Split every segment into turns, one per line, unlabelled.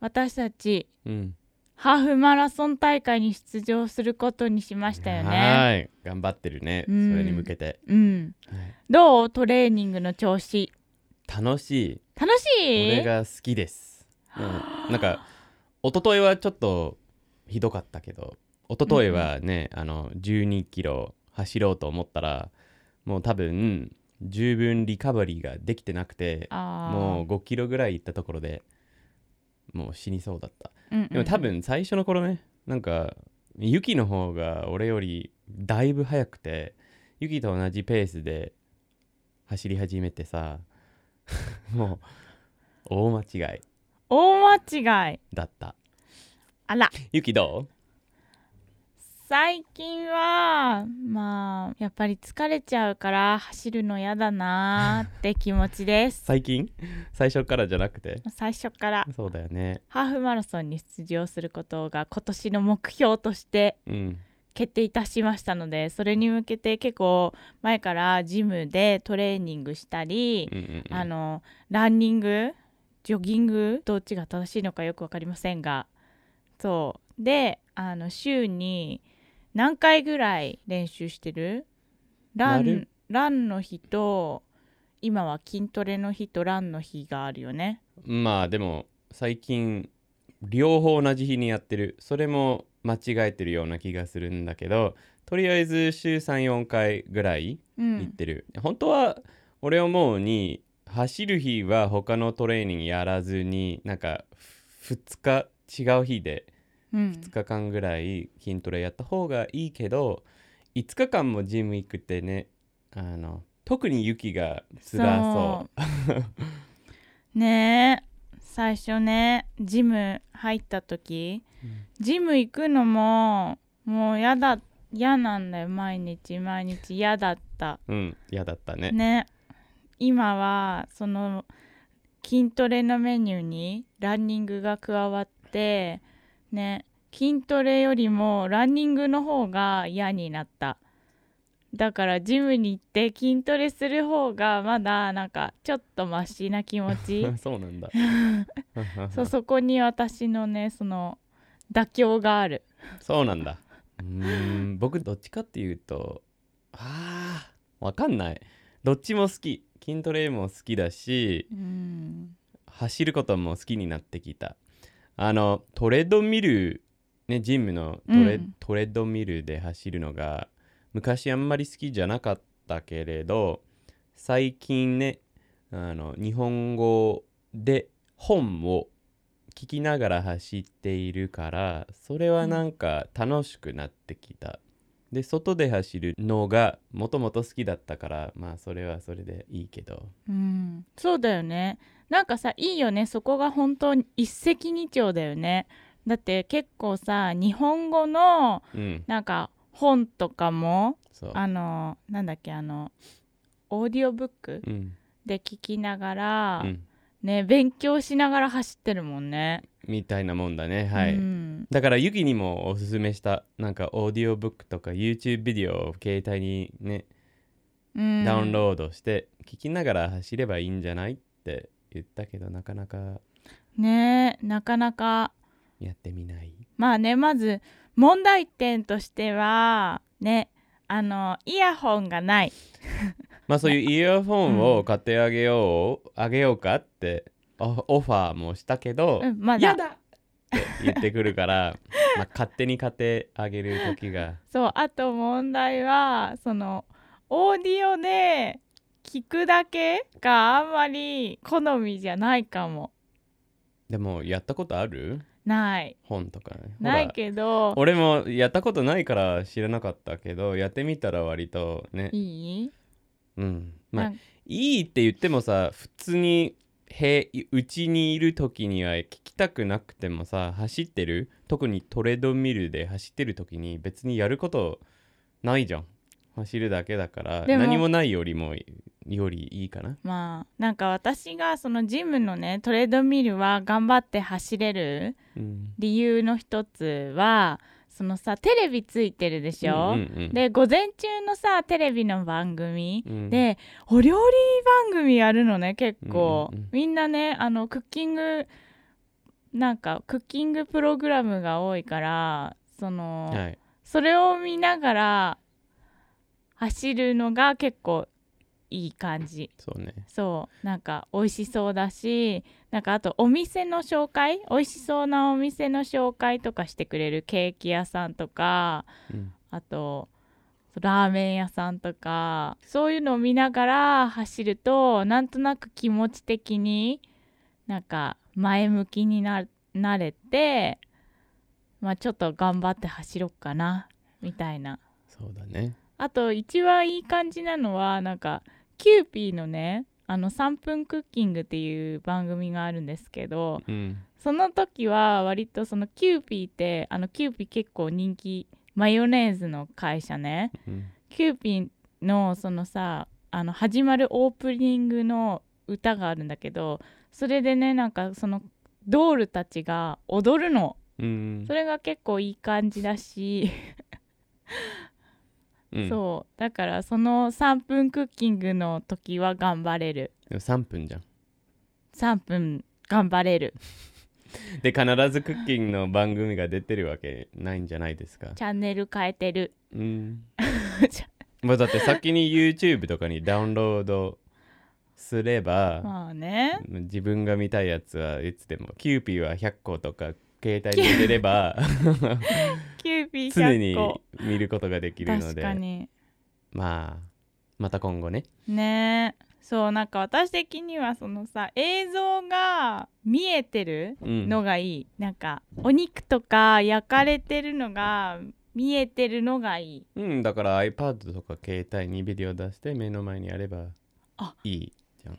私たち
うん。
ハーフマラソン大会に出場することにしましたよね。
はい。頑張ってるね。そ
うん
れに向けて。
うん、
はい
どうトレーニングの調子
楽し
楽し
い。
い
俺が好きです。うんなんか一昨日はちょっとひどかったけど、一昨日はね、あの12キロ走ろうと思ったら、もう多分十分リカバリーができてなくて、
あー
もう5キロぐらい行ったところでもう死にそうだった。
うんうん
でも多分最初の頃ねなんかユキの方が俺よりだいぶ速くてユキと同じペースで走り始めてさ もう大間違い
大間違い
だった
あら
ユキど
最近はまあやっぱり疲れちゃうから走るの嫌だなーって気持ちで
う
す
最近最初からじゃなくて
最初から
そうだよね
ハーフマラソンに出場することが今年の目標として
うん
決定いたしましたのでそれに向けて結構前からジムでトレーニングしたり、
うんうんうん
あのランニングジョギングどっちが正しいのかよく分かりませんがそうであの週に何回ぐらい練習してるラ
な
ン
る
ランの日と今は筋トレの日とランの日があるよね
まあでも最近両方同じ日にやってるそれも間違えてるような気がするんだけどとりあえず週34回ぐらい
うん
行ってる、本当は俺思うに走る日は他のトレーニングやらずになんかふ2日違う日で
うん
2日間ぐらい筋トレやった方がいいけど5日間もジム行くってねあの特に雪が辛そう
ねえ最初ねジム入った時
う、
ジム行くのももうやだ嫌なんだよ毎日毎日嫌だった
ううん嫌だったね
ね今はその筋トレのメニューにランニングが加わってね筋トレよりもランニングの方が嫌になっただからジムに行って筋トレする方がまだなんかちょっとマシな気持 ち
そうなんだ
そうそこに私のねその妥協がある
そうなんだうーん僕どっちかっていうとあーわかんないどっちも好き筋トレも好きだし
うん
走ることも好きになってきたあのトレッドミルねジムのトレ,、
うん
トレッドミルで走るのが昔あんまり好きじゃなかったけれど最近ねあの日本語で本を聞きながら走っているからそれはなんか楽しくなってきた、で外で走るのがもともと好きだったからまあそれはそれでいいけど
うん、そうだよねなんかさいいよねそこが本当に一石二鳥だよねだって結構さ日本語の
うん
なんか本とかも
そう
あのなんだっけあのオーディオブック
うん
で聞きながら、
うん
ね勉強しながら走ってるもんね
みたいなもんだねはい、
うん
だからユキにもおすすめしたなんかオーディオブックとか YouTube ビデオを携帯にね、
うん
ダウンロードして聞きながら走ればいいんじゃないって言ったけどなかなか
ねなかなか
やってみない
まあねまず問題点としてはねあのイヤホンがない
まあそういうイヤホンを買ってあげよう、あげようかってオオファーもしたけど、
うんまだ
やだって言ってくるから まあ勝手に買ってあげる時が
そうあと問題はそのオーディオで聞くだけがあんまり好みじゃないかも
でもやったことある
ない
本とかねほら
ないけ ど
俺もやったことないから知らなかったけどやってみたら割とね
いい
うんま
な
あ
ん
いいって言ってもさ普通にへうちにいる時には聞きたくなくてもさ走ってる特にトレードミルで走ってる時に別にやることないじゃん走るだけだから
でも
何もないよりもよりいいかな
まあなんか私がそのジムのねトレードミルは頑張って走れる
うん
理由の一つはそのさテレビついてるでしょ、
うんうんうん
で午前中のさテレビの番組
うん
でお料理番組やるのね結構、
うんうんうん
みんなねあのクッキングなんかクッキングプログラムが多いからその、
はい、
それを見ながら走るのが結構いい感じ
そうね
そうなんか美味しそうだしなんかあとお店の紹介美味しそうなお店の紹介とかしてくれるケーキ屋さんとか
うん
あとラーメン屋さんとかそういうのを見ながら走るとなんとなく気持ち的になんか前向きにななれてまあちょっと頑張って走ろっかなみたいな
そうだね
あと一番いい感じなのはなんかキューピーのねあの3分クッキングっていう番組があるんですけど
うん
その時は割とそのキューピーってあのキューピー結構人気マヨネーズの会社ね
うん
キューピーのそのさあの始まるオープニングの歌があるんだけどそれでねなんかそのドールたちが踊るの
うん
それが結構いい感じだし
うん
そうだからその3分クッキングの時は頑張れる
でも3分じゃん
3分頑張れる
で必ずクッキングの番組が出てるわけないんじゃないですか
チャンネル変えてる
うんまあだって先に YouTube とかにダウンロードすれば
まあね
自分が見たいやつはいつでもキューピーは100個とか携帯に入れれ ば
キューピー
常
100
に
個
見ることができるの
確
で
かに
まあまた今後ね
ねえそうなんか私的にはそのさ映像が見えてる
うん
のがいい、なんかお肉とか焼かれてるのが見えてるのがいい
うん、だから iPad とか携帯にビデオ出して目の前にやれば
あ
いいじゃん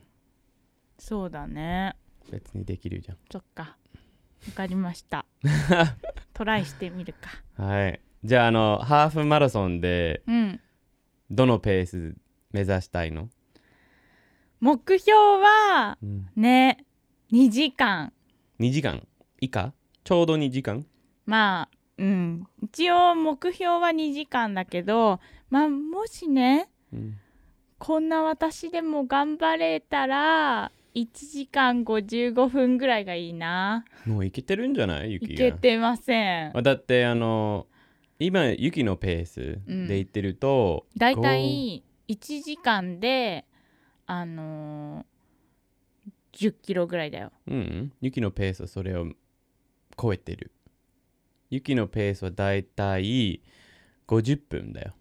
そうだね
別にできるじ
そっかわかりましたトライしてみるか
ゃんはいじゃああのハーフマラソンで
うん
どのペース目指したいの、
目標は
うん、
ね2時間
?2 時間以下ちょうど2時間
まあうん一応目標は2時間だけどまあもしね
うん、
こんな私でも頑張れたら1時間55分ぐらいがいいな
もういけてるんじゃないユキ
い
が
けてません
あだってあの今ユキのペースでいってると、
だいたい1時間であのー、10キロぐらいだよ
こううんユキのペースはそれを超えてるユキのペースはだいたい50分だよ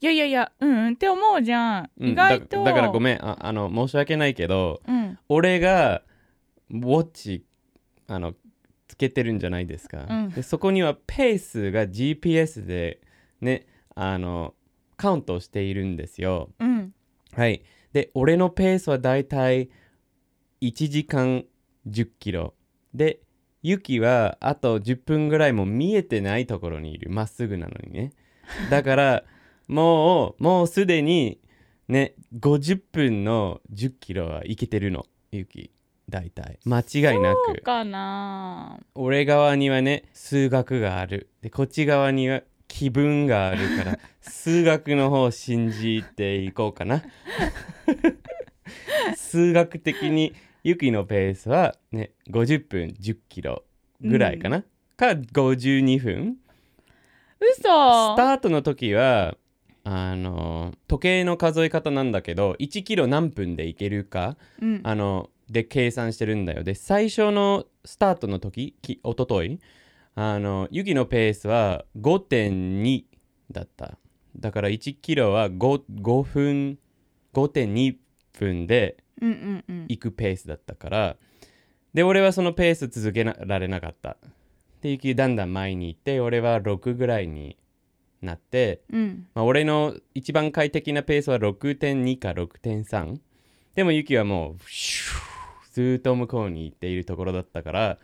いやいやいやうんうんって思うじゃん、
うん
意外と
だだからご
ん
めんああの申し訳ないけど
うん
俺がウォッチあのつけてるんじゃないですか、
うん
でそこにはペースが GPS でねあのカウントしているんですよ
うん
はいで俺のペースはだいたい1時間10キロでユキはあと10分ぐらいも見えてないところにいるまっすぐなのにねだからもうもうすでにね50分の10キロはいけてるのユキ大体間違いな
そう
く
かな
俺側にはね数学があるでこっち側には気分があるから数学の方を信じていこうかな 数学的にユキのペースはね50分10キロぐらいかな、か52分
嘘
スタートの時はあの時計の数え方なんだけど1キロ何分でいけるか
うん
あので計算してるんだよで最初のスタートの時き一昨日あのユキのペースは5.2だっただから1キロは 5, 5分5.2分で
うんうんうん
行くペースだったからで俺はそのペース続けなられなかったでユキだんだん前に行って俺は6ぐらいになって
うん
まあ、俺の一番快適なペースは6.2か6.3でもユキはもうシューずーっと向こうに行っているところだったから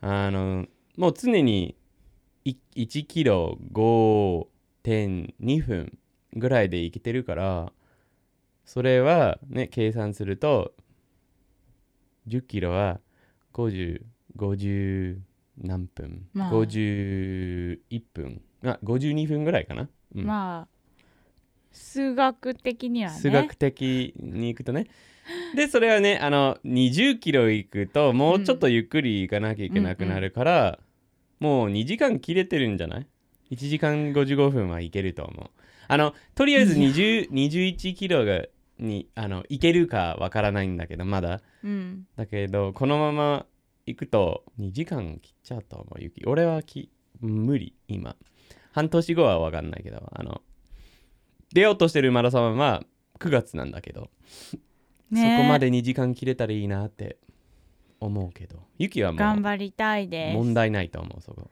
あのもう常にい1キロ5.2分ぐらいで行けてるからそれはね計算すると10キロは5050何分、
まあ
51分あ52分ぐらいかな、うん
まあ数学的にはね
数学的に行くとねでそれはねあの20キロ行くともうちょっとゆっくり行かなきゃいけなくなるから、もう2時間切れてるんじゃない ?1 時間55分は行けると思うあのとりあえず20 21キロがにあの行けるかわからないんだけどまだ
うん
だけどこのまま行くと2時間切っちゃうと思うゆき俺はき無理今半年後は分かんないけどあの出ようとしてるマラソンは9月なんだけど、
ね
そこまで2時間切れたらいいなって思うけどゆきはも
頑
う
張りたいです
問題ないと思うそこ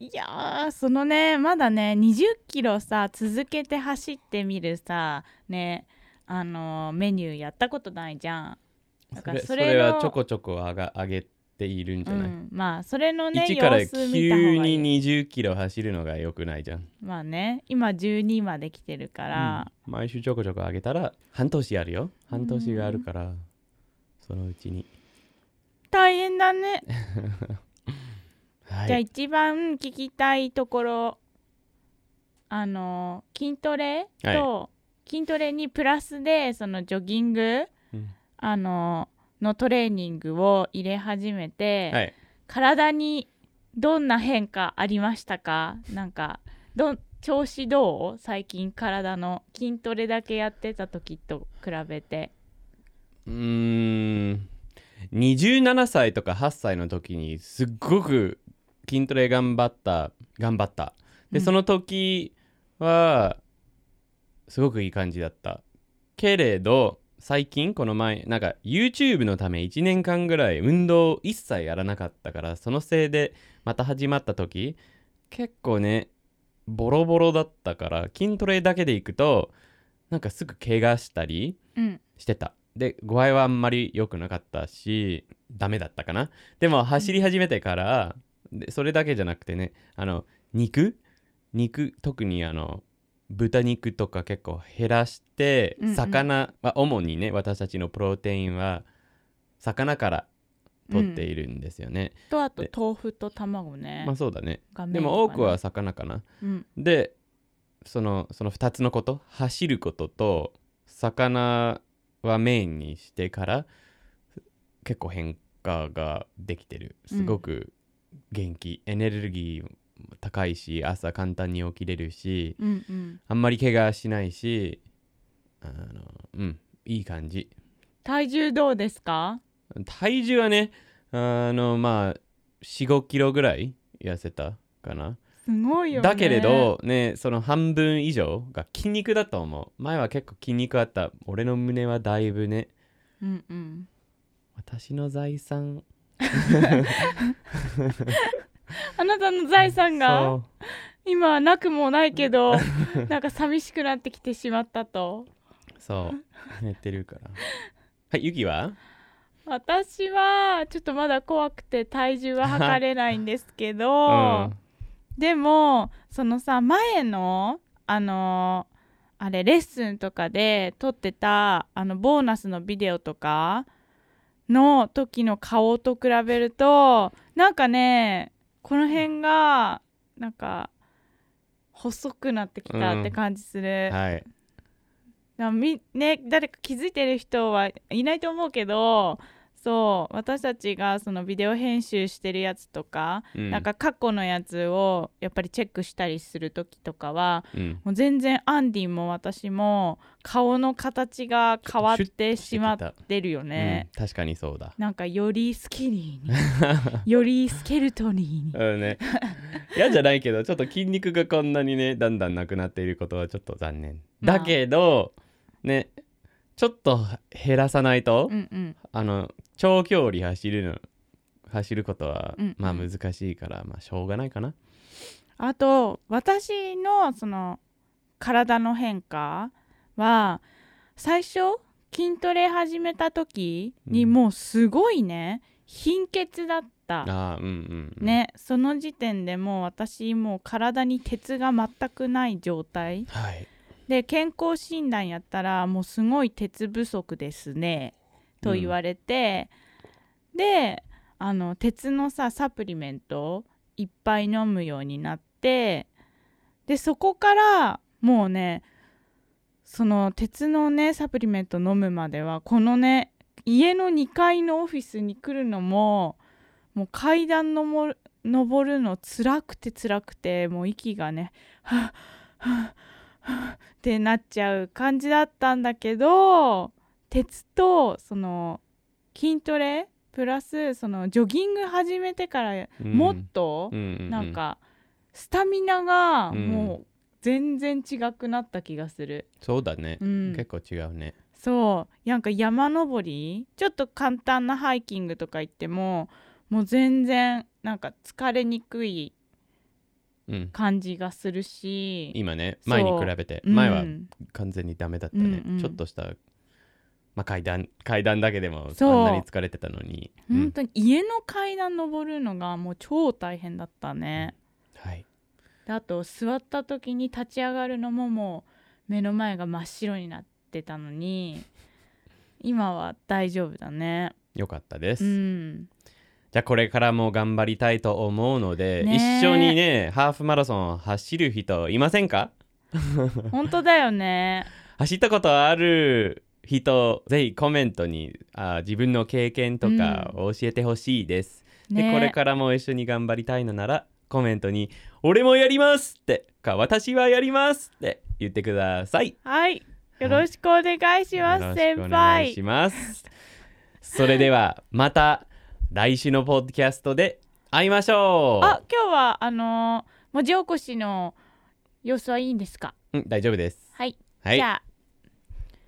いやーそのねまだね20キロさ続けて走ってみるさねあのーメニューやったことないじゃんだ
そ
から
れ
そ
そ
れ
れは
の
ちょこちょこ上が上げているんじゃ
う
ない、
ん、まあそれのね
1から
様子見た方
急
がいい
に20キロ走るのがよくないじゃん、
まあね今12まで来てるから、
うん毎週ちょこちょこ上げたら半年やるよ半年があるからそのうちに
大変だね、
は
じゃあ一番聞きたいところあのー筋トレと、筋トレにプラスでそのジョギング
うん
あのーのトレーニングを入れ始めて、
はい、
体にどんな変化ありましたかなんかどん調子どう最近体の筋トレだけやってた時と比べて
うーん27歳とか8歳の時にすっごく筋トレ頑張った頑張ったで、
うん
その時はすごくいい感じだったけれど最近この前なんか YouTube のため1年間ぐらい運動を一切やらなかったからそのせいでまた始まった時結構ねボロボロだったから筋トレだけでいくとなんかすぐ怪我したり
うん
してたで具合はあんまり良くなかったしダメだったかなでも走り始めてからでそれだけじゃなくてねあの肉肉特にあの豚肉とか結構減らして、
うんうん
魚は主にね私たちのプロテインは魚から取っているんですよね、
とあと
で
豆腐と卵ね、
まあそうだね
がメイ
で
ンかな
も多くは魚かな
うん
でそのその2つのこと走ることと魚はメインにしてから結構変化ができてる
うん
すごく元気、エネルギーも高いし朝簡単に起きれるし
うんうん
あんまり怪我しないしあのうんいい感じ
体重どうですか
体重はねあのまあ45キロぐらい痩せたかな
すごいよね
だけれどねその半分以上が筋肉だと思う前は結構筋肉あった俺の胸はだいぶね
うんうん
私の財産
あなたの財産が
そう
今はなくもないけど なんか寂しくなってきてしまったと
そう寝てるから はいゆきは
私はちょっとまだ怖くて体重は測れないんですけ
う
ど、
ん
でもそのさ前のあのーあれレッスンとかで撮ってたあのボーナスのビデオとかの時の顔と比べるとなんかねこの辺がなんか細くなってきたって感じする、
はい
なみね誰か気づいてる人はいないと思うけどそう私たちがそのビデオ編集してるやつとか、
うん
なんか過去のやつをやっぱりチェックしたりする時とかは
うん
もう全然アンディも私も顔の形が変わってしまってるよね、
うん確かにそうだ
なんかよりスキニーによりスケルトニ ーに
うんね嫌じゃないけどちょっと筋肉がこんなにねだんだんなくなっていることはちょっと残念
まあ
だけどねちょっと減らさないと
うんうん
あの長距離走るの走ることは、
うん
まあ
うん
難しいからまあしょうがないかな
あと私のその体の変化は最初筋トレ始めた時に
うん
もうすごいね貧血だった、
あーうんうんうん
ねその時点でもう私もう体に鉄が全くない状態
はい
で健康診断やったらもうすごい鉄不足ですねと言われて、であの鉄のさサプリメントをいっぱい飲むようになってでそこからもうねその鉄のねサプリメント飲むまではこのね家の2階のオフィスに来るのももう階段のも登るの辛くて辛くてもう息がねはぁはぁはぁってなっちゃう感じだったんだけど鉄とその筋トレプラスそのジョギング始めてから
うん
もっと
ううう
なんかスタミナが
うん
もう全然違くなった気がする。
そうだね、
うん
結構違うね
そうなんか山登りちょっと簡単なハイキングとか行ってももう全然なんか疲れにくい
うん
感じがするし
今ね
そう
前に比べて前は
うん
完全にダメだったね、
うんうん
ちょっとした、まあ、階段階段だけでも
そう
あんなに疲れてたのにうん
本当に家の階段登るのがもう超大変だったね。
はい
であと座った時に立ち上がるのももう目の前が真っ白になってたのに今は大丈夫だね。
よかったです、
うん、
じゃあこれからも頑張りたいと思うので、
ねえ
一緒にねハーフマラソンを走る人いませんか
本当だよね。
走ったことある人ぜひコメントにあ自分の経験とかを教えてほしいです、で
ね
これからも一緒に頑張りたいのならコメントに「俺もやります!」ってか「私はやります!」って言ってください
はい、よろしくお願いします、
よろしくお
先
願い
輩
し。ますそれではまた来週のポッドキャストで会いましょう
あ、今日はあのー文字起こしの様子はいいんですか。
うん、大丈夫です
はい、
はい
じゃ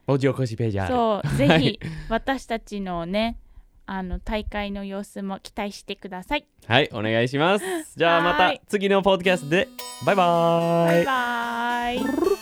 文字起こしページ
あ、
ある
そう、ぜ
はい
ひ私たちのね、あの大会の様子も期待してください。
はいお願いしますじゃあま
は
た
い
次のポッドキャストでバイバー
バイバイ。